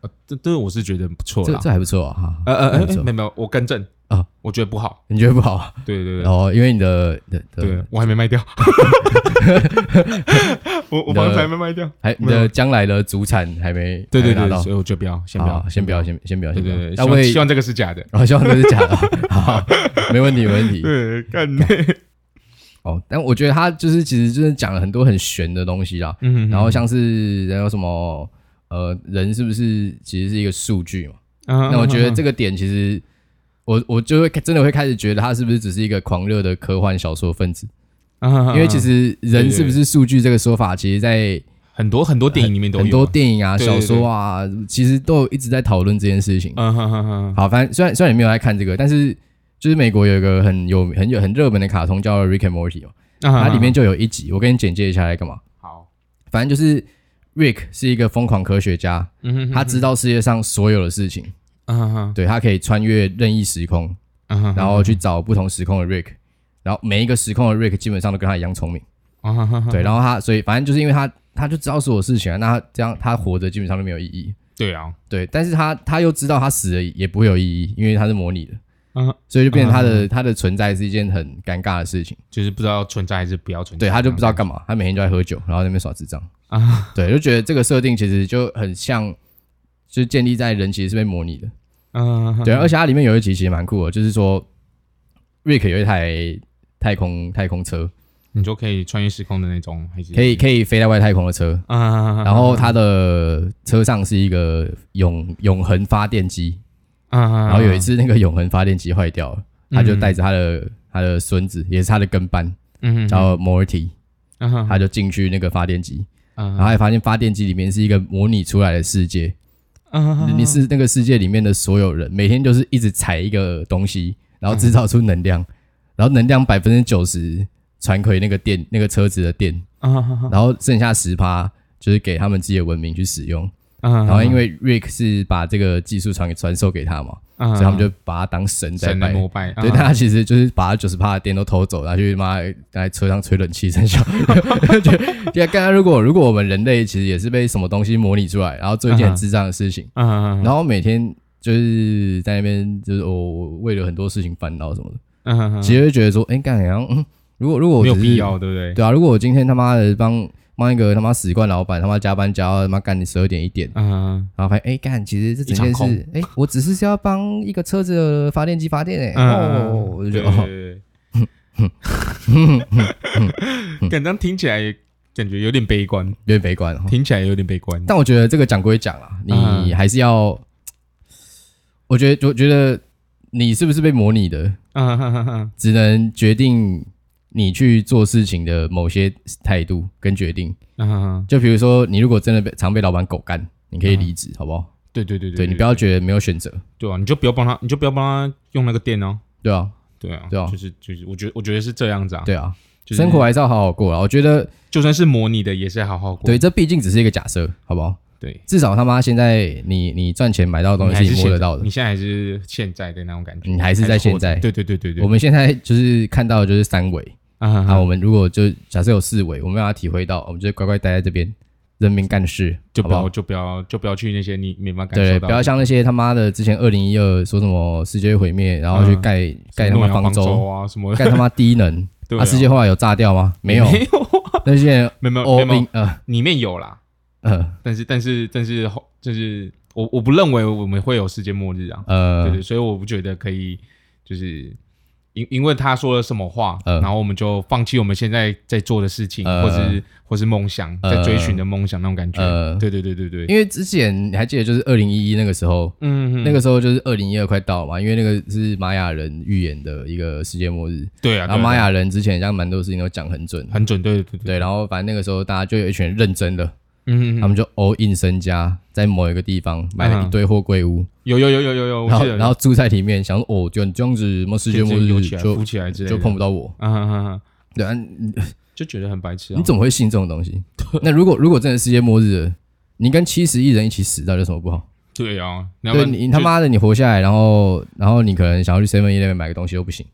Speaker 1: 呃这这我是觉得不错
Speaker 2: 这
Speaker 1: 啦。
Speaker 2: 这还不错啊。哈
Speaker 1: 呃呃
Speaker 2: 还
Speaker 1: 呃，
Speaker 2: 不
Speaker 1: 哎
Speaker 2: 错
Speaker 1: 没有没有，我更正
Speaker 2: 啊，
Speaker 1: 我觉得不好。
Speaker 2: 你觉得不好啊？
Speaker 1: 对对对
Speaker 2: 然，后因为你的你的你
Speaker 1: 对啊
Speaker 2: 的
Speaker 1: 我还没卖 掉，我我
Speaker 2: 你的
Speaker 1: 房子还没卖掉。
Speaker 2: 还你
Speaker 1: 没有
Speaker 2: 的将来的主产还没
Speaker 1: 对对
Speaker 2: 哎还没拿
Speaker 1: 对，
Speaker 2: 到
Speaker 1: 所以我就不要，先不
Speaker 2: 好
Speaker 1: 要，
Speaker 2: 先不要，。先先不要，
Speaker 1: 对
Speaker 2: 先不
Speaker 1: 对
Speaker 2: 要
Speaker 1: 对，。希
Speaker 2: 那
Speaker 1: 望
Speaker 2: 我也
Speaker 1: 希望这个是 假的。
Speaker 2: 啊，希望这是假 的，好，没问题，没问题。
Speaker 1: 对，干你。
Speaker 2: 哦，但我觉得他就是其实就是讲了很多很玄的东西啦，
Speaker 1: 嗯
Speaker 2: 然后像是还有什么呃，人是不是其实是一个数据嘛？那
Speaker 1: 那
Speaker 2: 我觉得这个点其实我我就会真的会开始觉得他是不是只是一个狂热的科幻小 说分子？
Speaker 1: 因
Speaker 2: 因为其实
Speaker 1: 对
Speaker 2: 人
Speaker 1: 对
Speaker 2: 是不是数据这个说法，其实在
Speaker 1: 很多很多电影里面都有
Speaker 2: 很多，电影啊、
Speaker 1: 对
Speaker 2: 小
Speaker 1: 对
Speaker 2: 说啊，其实都有一直在讨论这件事情。
Speaker 1: 嗯哼哼哼，
Speaker 2: 好，反正虽然虽然你没有在看这个，但是就是美国有一个很有很有很热门的卡通叫《Rick and Morty》嘛， 它
Speaker 1: 它
Speaker 2: 里面就有一集，我跟你简介一下来干嘛？
Speaker 1: 好，
Speaker 2: 反正就是 Rick 是一个疯狂科学家，
Speaker 1: 嗯哼，
Speaker 2: 他知道世界上所有的事情，
Speaker 1: 嗯哼哼，
Speaker 2: 对他可以穿越任意时空，
Speaker 1: 嗯哼哼，
Speaker 2: 然后去找不同时空的 Rick，然后每一个时空的 Rick 基本上都跟他一样聪明，
Speaker 1: 嗯哼哼哼
Speaker 2: 对，然后他所以反正就是因为他他就知道所有事情啊，那他这样他活着基本上都没有意义，
Speaker 1: 对啊，
Speaker 2: 对，但是他他又知道他死了也不会有意义，因为他是模拟的，
Speaker 1: 嗯，
Speaker 2: 所以就变成他的、他的存在是一件很尴尬的事情，
Speaker 1: 就是不知道存在还是不要存在，
Speaker 2: 对他就不知道干嘛，他每天就在喝酒，然后在那边耍智障。
Speaker 1: 啊，
Speaker 2: 对，就觉得这个设定其实就很像，就是建立在人其实是被模拟的。
Speaker 1: 嗯，
Speaker 2: 对，而且它里面有一集其实蛮酷的，就是说瑞克有一台太空太空车，
Speaker 1: 你就可以穿越时空的那种，还是
Speaker 2: 可以可以飞在外太空的车，
Speaker 1: 嗯啊，
Speaker 2: 然后它的车上是一个永永恒发电机，
Speaker 1: 啊，
Speaker 2: 然后有一次那个永恒发电机坏掉了，他就带着他的他的孙子，也是他的跟班，
Speaker 1: 嗯，然
Speaker 2: 叫 Morty，
Speaker 1: 后
Speaker 2: 他就进去那个发电机，然后
Speaker 1: 啊，
Speaker 2: 还发现发电机里面是一个模拟出来的世界。
Speaker 1: 嗯
Speaker 2: 你是那个世界里面的所有人，每天就是一直采一个东西，然后制造出能量，然后能量百分之九十传回那个电那个车子的电，
Speaker 1: 啊，
Speaker 2: 然后剩下十趴就是给他们自己的文明去使用。
Speaker 1: 然
Speaker 2: 然后因为 Rick 是把这个技术传给传授给他嘛，
Speaker 1: 所
Speaker 2: 所以他们就把他当神
Speaker 1: 嗯
Speaker 2: 在
Speaker 1: 神嗯来
Speaker 2: 拜。
Speaker 1: 膜拜，
Speaker 2: 对，但他其实就是把他九十趴的电都偷走，然后去妈在车上吹冷气生效。就就刚刚如果如果我们人类其实也是被什么东西模拟出来，然后做一件很智障的事情，
Speaker 1: 嗯，
Speaker 2: 然后每天就是在那边，就是我、我为了很多事情烦恼什么的，
Speaker 1: 嗯，
Speaker 2: 其实会觉得说，哎、干好像，嗯，如果如果我
Speaker 1: 没有
Speaker 2: 只是
Speaker 1: 必，要，对不对？
Speaker 2: 对啊，如果我今天他妈的帮帮一个他妈死惯老板，他妈加班加到他妈干你十二点一点，
Speaker 1: 嗯，
Speaker 2: 然后发现，哎、干，其实这整
Speaker 1: 一
Speaker 2: 件
Speaker 1: 场空
Speaker 2: 事，哎、我只是是要帮一个车子的发电机发
Speaker 1: 嗯
Speaker 2: 电、诶哎、哦，我就觉得，哦，
Speaker 1: 感觉听起来感觉有点悲观，
Speaker 2: 有点悲观哦。
Speaker 1: 听起来有点悲观。
Speaker 2: 但我觉得这个讲归讲啦，你
Speaker 1: 嗯
Speaker 2: 还是要，我觉得，我觉得你是不是被模拟的，
Speaker 1: 嗯哼哼哼，
Speaker 2: 只能决定你去做事情的某些态度跟决定。
Speaker 1: 嗯哼哼，
Speaker 2: 就比如说，你如果真的被常被老板狗干，你可以离职，好不好？
Speaker 1: 对对对
Speaker 2: 对你不要觉得没有选择，
Speaker 1: 对啊，你就不要帮他，你就不要帮他用那个电哦。
Speaker 2: 对啊，
Speaker 1: 对啊，
Speaker 2: 对啊
Speaker 1: 就是就是，我觉得我觉得是这样子啊。，
Speaker 2: 对啊，
Speaker 1: 就是
Speaker 2: 生活还是要好好过啊。我觉得，
Speaker 1: 就算是模拟的，也是好好过。
Speaker 2: 对，这毕竟只是一个假设，好不好？
Speaker 1: 对，
Speaker 2: 至少他妈现在你你赚钱买到的
Speaker 1: 你
Speaker 2: 东
Speaker 1: 还
Speaker 2: 西
Speaker 1: 是
Speaker 2: 是你摸
Speaker 1: 现
Speaker 2: 得到的
Speaker 1: 你，现在还是现在的那种感觉，
Speaker 2: 你还是在现在
Speaker 1: 还是活着对对对对对，
Speaker 2: 我们现在就是看到的就是三维，
Speaker 1: 啊
Speaker 2: 那、我们如果就假设有四维，我们让它体会到，我们就乖乖待在这边，人民干的事，
Speaker 1: 就
Speaker 2: 好
Speaker 1: 不
Speaker 2: 不好
Speaker 1: 要就不要就不要去那些你没办法感受
Speaker 2: 对，
Speaker 1: 到的，
Speaker 2: 不要像那些他妈的之前二零一二说什么世界毁灭，然后去 盖、盖他
Speaker 1: 诺
Speaker 2: 妈
Speaker 1: 亚
Speaker 2: 方
Speaker 1: 方
Speaker 2: 舟，
Speaker 1: 啊什么的，
Speaker 2: 盖他妈低能，
Speaker 1: 对
Speaker 2: 啊，世界后来有炸掉吗？没 有，
Speaker 1: 没有
Speaker 2: 那些人
Speaker 1: 没有没有
Speaker 2: 欧
Speaker 1: 没有
Speaker 2: 兵，呃
Speaker 1: 里面有啦，
Speaker 2: 呃
Speaker 1: 但是但是但是后就是我我不认为我们会有世界末日啊，对
Speaker 2: 呃
Speaker 1: 对，所以我不觉得可以，就是因因为他说了什么话，
Speaker 2: 嗯
Speaker 1: 然后我们就放弃我们现在在做的事情，
Speaker 2: 呃
Speaker 1: 或是或是梦想，
Speaker 2: 呃
Speaker 1: 在追寻的梦想那种感觉。
Speaker 2: 呃，
Speaker 1: 对对对对对，
Speaker 2: 因为之前你还记得就是二零一一那个时候，
Speaker 1: 嗯，
Speaker 2: 那个时候就是二零一二快到了嘛，因为那个是玛雅人预言的一个世界末日，
Speaker 1: 对啊，
Speaker 2: 然
Speaker 1: 对
Speaker 2: 后
Speaker 1: 啊
Speaker 2: 玛
Speaker 1: 对啊
Speaker 2: 雅人之前像蛮多事情都讲很准，
Speaker 1: 很准，对对对，
Speaker 2: 对，然后反正那个时候大家就有一群人认真的，
Speaker 1: 嗯，
Speaker 2: 他们就 all in 身家，在某一个地方买了一堆货柜屋，
Speaker 1: 有有有有有嗯有，我
Speaker 2: 然后
Speaker 1: 记得
Speaker 2: 然后住在里面，想说哦，就你这样子，什么世界末
Speaker 1: 游
Speaker 2: 日
Speaker 1: 起来浮
Speaker 2: 就
Speaker 1: 起来之类的，
Speaker 2: 就碰不到我。
Speaker 1: 啊哈哈哈，
Speaker 2: 对啊，你
Speaker 1: 就觉得很白痴啊
Speaker 2: 你。怎么会信这种东西？ 那如果如果真的世界末日了，你跟七十亿人一起死，到底有什么不好？
Speaker 1: 对啊，要不
Speaker 2: 对
Speaker 1: 然
Speaker 2: 你
Speaker 1: 就
Speaker 2: 他妈的，你活下来，然后然后你可能想要去 Seven Eleven 买个东西都不行，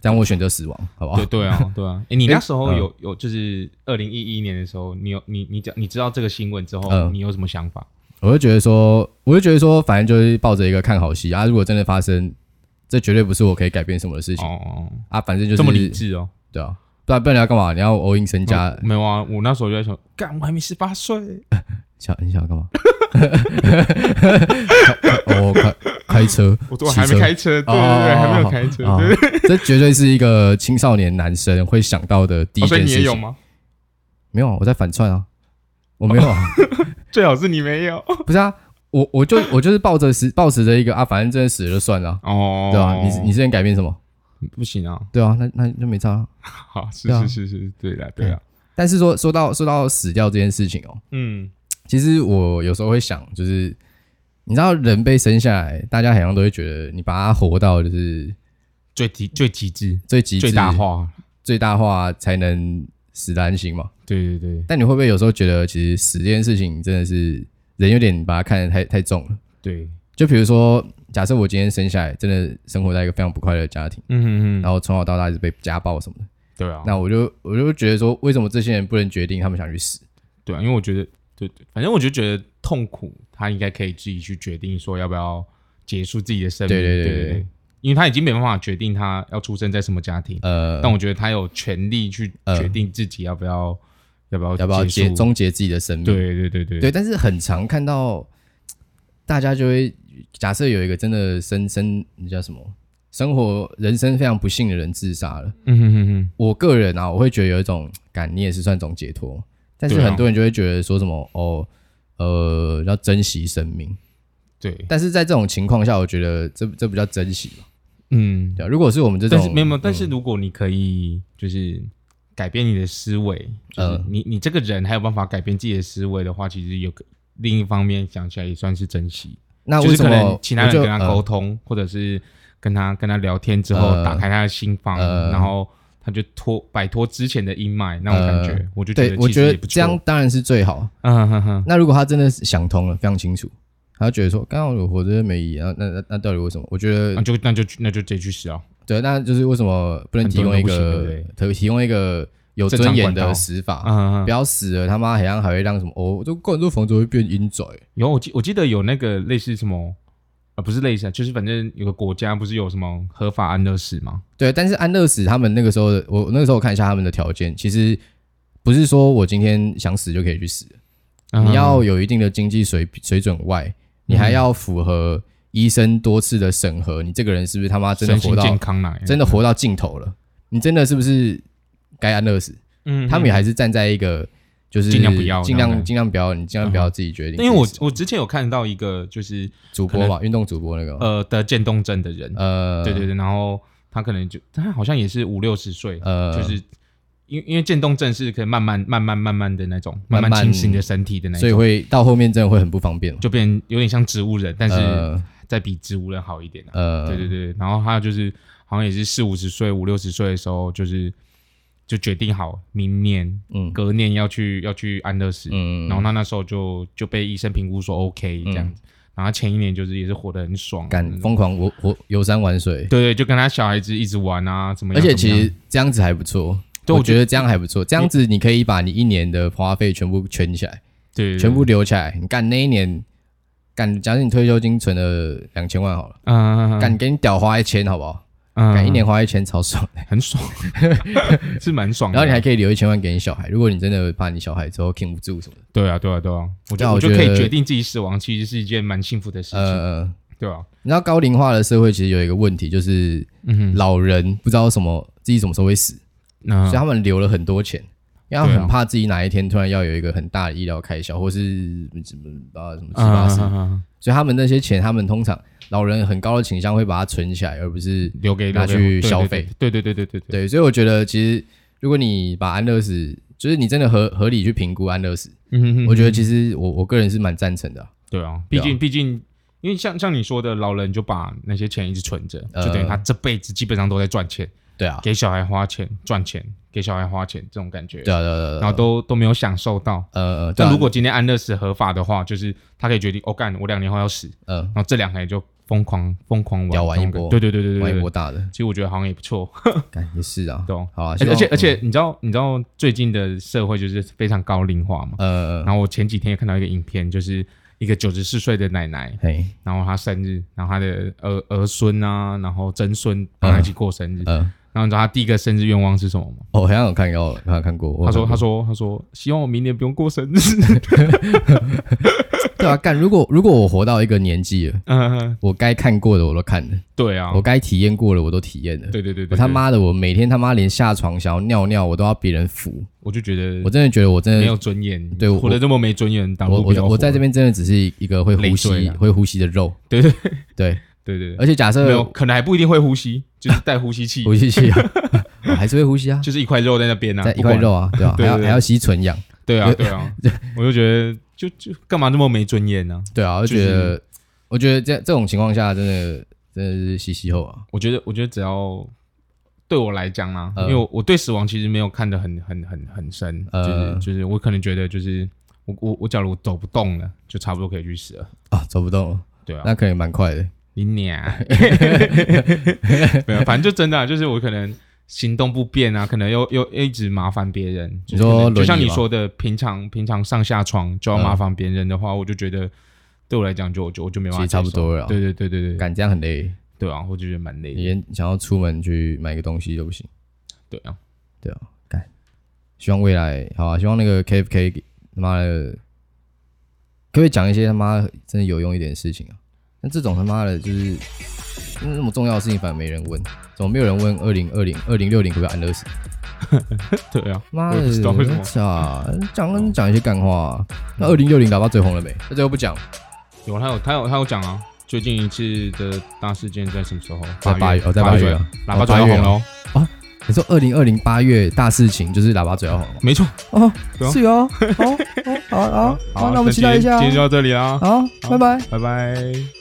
Speaker 2: 但我选择死亡，好不好
Speaker 1: 对？对啊，对啊。哎，你那时候
Speaker 2: 嗯
Speaker 1: 有有就是二零一一年的时候，你有你你讲你知道这个新闻之后，
Speaker 2: 嗯
Speaker 1: 你有什么想法？
Speaker 2: 我就觉得说，我就觉得说，反正就是抱着一个看好戏啊，如果真的发生，这绝对不是我可以改变什么的事情、
Speaker 1: 哦，
Speaker 2: 啊，反正就是
Speaker 1: 这么理智哦。
Speaker 2: 对啊，不然不然你要干嘛？你要 all in 身家，
Speaker 1: 没有啊，我那时候就在想，干，我还没十八岁，
Speaker 2: 想你想要干嘛？ 哦，开开车，
Speaker 1: 我都还没开车，哦对对对，还没有开车，
Speaker 2: 啊
Speaker 1: 对，
Speaker 2: 这绝对是一个青少年男生会想到的第一
Speaker 1: 哦所以
Speaker 2: 件
Speaker 1: 你也
Speaker 2: 事
Speaker 1: 有
Speaker 2: 情。
Speaker 1: 吗？
Speaker 2: 没有，我在反串啊，我没有 啊，
Speaker 1: 最好是你没有
Speaker 2: 不是啊，我我就我就是抱着死抱持着一个啊，反正真的死了就算了，
Speaker 1: 哦
Speaker 2: 对啊，你你之前改变什么？
Speaker 1: 不行啊，
Speaker 2: 对啊，那那就没差啊。
Speaker 1: 好，是
Speaker 2: 对啊
Speaker 1: 是是是，对的对啊，
Speaker 2: 但是说说到说到死掉这件事情哦，
Speaker 1: 嗯，
Speaker 2: 其实我有时候会想，就是你知道人被生下来，大家好像都会觉得你把他活到就是
Speaker 1: 最极最极致，
Speaker 2: 最极致、
Speaker 1: 最大化，
Speaker 2: 最大化才能死的安心嘛。
Speaker 1: 对对对
Speaker 2: 但你会不会有时候觉得，其实死这件事情真的是人有点把它看得太太重了？
Speaker 1: 对，
Speaker 2: 就比如说，假设我今天生下来，真的生活在一个非常不快乐的家庭，
Speaker 1: 嗯嗯嗯，
Speaker 2: 然后从小到大一直被家暴什么的，
Speaker 1: 对啊，
Speaker 2: 那我就我就觉得说，为什么这些人不能决定他们想去死？
Speaker 1: 对啊，因为我觉得，对对，反正我就觉得痛苦，他应该可以自己去决定说要不要结束自己的生命，
Speaker 2: 对
Speaker 1: 对
Speaker 2: 对对对对
Speaker 1: 对，因为他已经没办法决定他要出生在什么家庭，
Speaker 2: 呃，
Speaker 1: 但我觉得他有权利去决定自己要不要、要不要
Speaker 2: 嗯要不要
Speaker 1: 结
Speaker 2: 结
Speaker 1: 束
Speaker 2: 终结自己的生命？
Speaker 1: 对对对对
Speaker 2: 对，但是很常看到大家就会假设有一个真的生生那叫什么生活人生非常不幸的人自杀了，
Speaker 1: 嗯哼哼哼，
Speaker 2: 我个人啊，我会觉得有一种感，你也是算种解脱，但是
Speaker 1: 对啊
Speaker 2: 很多人就会觉得说什么哦，呃，要珍惜生命，
Speaker 1: 对，
Speaker 2: 但是在这种情况下，我觉得这这不叫珍惜嘛，
Speaker 1: 嗯，
Speaker 2: 对、啊、如果是我们这种
Speaker 1: 但是没有没有，
Speaker 2: 嗯
Speaker 1: 但是如果你可以就是改变你的思维，就是
Speaker 2: 嗯
Speaker 1: 你你这个人还有办法改变自己的思维的话，其实有个另一方面想起来也算是珍惜，
Speaker 2: 那
Speaker 1: 就
Speaker 2: 为
Speaker 1: 是
Speaker 2: 什
Speaker 1: 可
Speaker 2: 么
Speaker 1: 能其他
Speaker 2: 我
Speaker 1: 人
Speaker 2: 就
Speaker 1: 跟他
Speaker 2: 呃
Speaker 1: 沟通，或者是跟他跟他聊天之后，
Speaker 2: 呃
Speaker 1: 打开他的心房，
Speaker 2: 呃
Speaker 1: 然后他就脱摆脱之前的阴霾那种感觉，
Speaker 2: 呃
Speaker 1: 我就觉
Speaker 2: 对
Speaker 1: 得，
Speaker 2: 我
Speaker 1: 其实
Speaker 2: 觉
Speaker 1: 也
Speaker 2: 得
Speaker 1: 不错
Speaker 2: 这样，当然是最好。
Speaker 1: 嗯哼哼，
Speaker 2: 那如果他真的是想通了，非常清楚，他觉得说，刚刚我活着没意义，那啊那那那到底为什么？我觉得
Speaker 1: 那就那就那就直接去死啊。
Speaker 2: 对，那就是为什么不能提供一
Speaker 1: 很多人都
Speaker 2: 个
Speaker 1: 不行对不
Speaker 2: 提提供一个有
Speaker 1: 正常
Speaker 2: 尊严
Speaker 1: 管道
Speaker 2: 的死法？
Speaker 1: 嗯，
Speaker 2: 啊不要死了，他妈好像还会让什么哦，就灌入房子会变阴宅。
Speaker 1: 有我记我记得有那个类似什么，呃，不是类似啊，就是反正有个国家不是有什么合法安乐死吗？
Speaker 2: 对，但是安乐死他们那个时候的，我我那个时候我看一下他们的条件，其实不是说我今天想死就可以去死，
Speaker 1: 嗯
Speaker 2: 你要有一定的经济水水准外，你还要符合医生多次的审核，你这个人是不是他妈真的
Speaker 1: 身
Speaker 2: 活
Speaker 1: 心健
Speaker 2: 到
Speaker 1: 康来，
Speaker 2: 真的活到尽头了？你真的是不是该安乐死？
Speaker 1: 嗯，嗯
Speaker 2: 他们也还是站在一个就是
Speaker 1: 尽量不要
Speaker 2: 尽
Speaker 1: 那种
Speaker 2: 量
Speaker 1: 感
Speaker 2: 尽量不要，你尽量不要自己决
Speaker 1: 嗯
Speaker 2: 定。
Speaker 1: 因为我我之前有看到一个就是
Speaker 2: 主播嘛，运动主播那个嘛，
Speaker 1: 呃得渐冻症的人，
Speaker 2: 嗯呃，
Speaker 1: 对对对，然后他可能就他好像也是五六十岁，
Speaker 2: 呃，
Speaker 1: 就是。因因为渐冻症是可以慢慢慢慢慢慢的那种，慢慢
Speaker 2: 慢慢
Speaker 1: 侵蚀你的身体的那
Speaker 2: 所以
Speaker 1: 种，
Speaker 2: 会到后面真的会很不方便嘛。
Speaker 1: 就变有点像植物人，但是
Speaker 2: 呃
Speaker 1: 再比植物人好一点啊。
Speaker 2: 呃，
Speaker 1: 对对对，然后他就是好像也是四五十岁、五六十岁的时候，就是就决定好明年、
Speaker 2: 嗯
Speaker 1: 隔年要去要去安乐死，
Speaker 2: 嗯，
Speaker 1: 然后他那时候就就被医生评估说 OK 这样子，然后他前一年就是也是活得很爽，
Speaker 2: 敢
Speaker 1: 嗯
Speaker 2: 疯狂游游游山玩水，
Speaker 1: 对对，就跟他小孩子一直玩啊，怎么
Speaker 2: 而
Speaker 1: 样？
Speaker 2: 且
Speaker 1: 怎
Speaker 2: 其
Speaker 1: 么样
Speaker 2: 实这样子还不错。
Speaker 1: 对
Speaker 2: 我
Speaker 1: 我觉
Speaker 2: 觉得这样还不错，这样子你可以把你一年的花费全部圈起来，
Speaker 1: 对，对
Speaker 2: 全部留下来。你干那一年，干假设你退休金存了两千万好了，
Speaker 1: 对啊，
Speaker 2: 干给你屌花一千好不好？
Speaker 1: 嗯
Speaker 2: 干一年花一千超爽。
Speaker 1: 很 爽，是蛮爽的。
Speaker 2: 然后你还可以留一千万给你小孩，如果你真的怕你小孩之后扛不住什么的，
Speaker 1: 对啊，对啊，对啊，我觉
Speaker 2: 那
Speaker 1: 得
Speaker 2: 我
Speaker 1: 我就
Speaker 2: 觉
Speaker 1: 可以
Speaker 2: 得
Speaker 1: 决定自己死亡，其实是一件蛮幸福的事情，
Speaker 2: 呃，
Speaker 1: 对啊，
Speaker 2: 你知道高龄化的社会其实有一个问题，就是
Speaker 1: 嗯哼，
Speaker 2: 老人不知道什么自己什么时候会死，所以
Speaker 1: 那
Speaker 2: 他们留了很多钱，因为他
Speaker 1: 嗯
Speaker 2: 们
Speaker 1: 对啊
Speaker 2: 很怕自己哪一天突然要有一个很大的医疗开销，或是什么啊什么七八十，
Speaker 1: 啊，
Speaker 2: 所以他们那些钱，他们通常老人很高的倾向会把它存起来，而不是
Speaker 1: 留给
Speaker 2: 拿
Speaker 1: 留给
Speaker 2: 去
Speaker 1: 对对
Speaker 2: 消
Speaker 1: 对
Speaker 2: 费
Speaker 1: 对对对对对对，
Speaker 2: 对。所以我觉得其实如果你把安乐死，就是你真的合合理去评估安乐死，
Speaker 1: 嗯哼哼
Speaker 2: 我觉得其实我我个人是蛮赞成的啊、
Speaker 1: 对啊，毕
Speaker 2: 对啊
Speaker 1: 竟毕竟，因为像像你说的，老人就把那些钱一直存着，就等于
Speaker 2: 呃
Speaker 1: 他这辈子基本上都在赚钱，
Speaker 2: 对啊，
Speaker 1: 给小孩花钱赚钱，给小孩花钱这种感觉，
Speaker 2: 对啊，对啊，对啊，
Speaker 1: 然后都都没有享受到。
Speaker 2: 呃呃，对啊
Speaker 1: 但如果今天安乐死合法的话，就是他可以决定，哦，干，我两年后要死，
Speaker 2: 呃
Speaker 1: 然后这两年就疯狂疯狂玩
Speaker 2: 屌玩一
Speaker 1: 这种
Speaker 2: 波
Speaker 1: 感对对对对对
Speaker 2: 玩一
Speaker 1: 对
Speaker 2: 波。大的，
Speaker 1: 其实我觉得好像也不错，
Speaker 2: 感也是啊，
Speaker 1: 懂。
Speaker 2: 好啊，
Speaker 1: 而且而且而
Speaker 2: 希望
Speaker 1: 且，你知道你知道最近的社会就是非常高龄化嘛。
Speaker 2: 呃，
Speaker 1: 然后我前几天也看到一个影片，就是一个九十四岁的奶奶，
Speaker 2: 嘿，
Speaker 1: 然后他生日，然后他的儿儿孙啊，然后曾孙帮他一起过生日。
Speaker 2: 呃，
Speaker 1: 然后你知道他第一个生日愿望是什么吗？
Speaker 2: 哦，好像有看过，看看过，我
Speaker 1: 他
Speaker 2: 有
Speaker 1: 说：“
Speaker 2: 看
Speaker 1: 他
Speaker 2: 过
Speaker 1: 说他说，希望我明年不用过生 日。
Speaker 2: 对啊，干，如果如果我活到一个年纪了，”
Speaker 1: 嗯，
Speaker 2: 我该看过的我都看了，
Speaker 1: 对啊
Speaker 2: 我，该体验过的我都体验了，
Speaker 1: 对对对对，
Speaker 2: 我
Speaker 1: 对
Speaker 2: 他，妈的，我每天他妈连下床想要尿尿，我都要别人扶，
Speaker 1: 我就觉得
Speaker 2: 我真的觉得我真
Speaker 1: 没
Speaker 2: 的
Speaker 1: 有，尊严，
Speaker 2: 对我
Speaker 1: 活得这么没尊严，挡
Speaker 2: 我
Speaker 1: 路不要
Speaker 2: 我我在这
Speaker 1: 边，
Speaker 2: 边真的只是一个会呼
Speaker 1: 累赘
Speaker 2: 吸
Speaker 1: 啊
Speaker 2: 会呼吸的肉，
Speaker 1: 对对
Speaker 2: 对，
Speaker 1: 对对，对
Speaker 2: 而且假
Speaker 1: 没
Speaker 2: 设
Speaker 1: 有，可能还不一定会呼吸，就是带呼吸器，
Speaker 2: 呼吸 器啊，我还是会呼吸啊，
Speaker 1: 就是一块肉在那边啊，
Speaker 2: 在一
Speaker 1: 不
Speaker 2: 块
Speaker 1: 管，
Speaker 2: 肉啊，对吧？还
Speaker 1: 对
Speaker 2: 要
Speaker 1: 对
Speaker 2: 还要吸纯氧，
Speaker 1: 对啊对 啊，我就觉得就就干嘛这么没尊严呢？
Speaker 2: 对啊，我
Speaker 1: 就
Speaker 2: 就觉
Speaker 1: 是
Speaker 2: 得我觉得这这种情况下真的真的是嘻嘻后啊，
Speaker 1: 我觉得，我觉得只要对我来讲啦、
Speaker 2: 嗯
Speaker 1: 因为我我对死亡其实没有看得很很很很深，就
Speaker 2: 嗯
Speaker 1: 是就是我可能觉得就是我我我假如走不动了，就差不多可以去死了。
Speaker 2: 啊，走不动了，
Speaker 1: 对啊，
Speaker 2: 那可能蛮快的，
Speaker 1: 你 娘，没有，反正就真的啊、就是我可能行动不便啊，可能又又又一直麻烦别人。就是
Speaker 2: 你
Speaker 1: 可能
Speaker 2: 说轮椅
Speaker 1: 就像你
Speaker 2: 吗
Speaker 1: 说的，平常平常上下床就要麻烦别人的话，我就觉得对我来讲就我就我就没办
Speaker 2: 其
Speaker 1: 法
Speaker 2: 实
Speaker 1: 接受，
Speaker 2: 差不多了啊。
Speaker 1: 对对对对对，
Speaker 2: 感这样很累，
Speaker 1: 对啊，我就觉得蛮累
Speaker 2: 你
Speaker 1: 的。
Speaker 2: 连想要出门去买个东西都不行。
Speaker 1: 对啊，
Speaker 2: 希望未来好啊，希望那个 KFK 给他妈的，可不可以讲一些他妈真的有用一点的事情啊？那这种他妈的就是那么重要的事情，反而没人问，怎么没有人问二零二零二零六零可不可以安乐死？
Speaker 1: 对啊，
Speaker 2: 妈
Speaker 1: 我也不知道为什么
Speaker 2: 的，操！讲讲一些干话、啊。那二零六零喇叭最红了没？那最后不讲，
Speaker 1: 有，他有，他有，他有讲啊。最近一次的大事件在什么时候？
Speaker 2: 在八月，哦，在八月啊。
Speaker 1: 喇叭嘴要
Speaker 2: 八月
Speaker 1: 红哦喽。
Speaker 2: 你说二零二零八月大事情就是喇叭嘴要红了
Speaker 1: 没错，
Speaker 2: 哦
Speaker 1: 对啊啊
Speaker 2: 是哦，哦哦，好好好，那我们期待一下
Speaker 1: 今天
Speaker 2: 哦，
Speaker 1: 啊就到这里啦，
Speaker 2: 好，拜拜。
Speaker 1: 拜拜。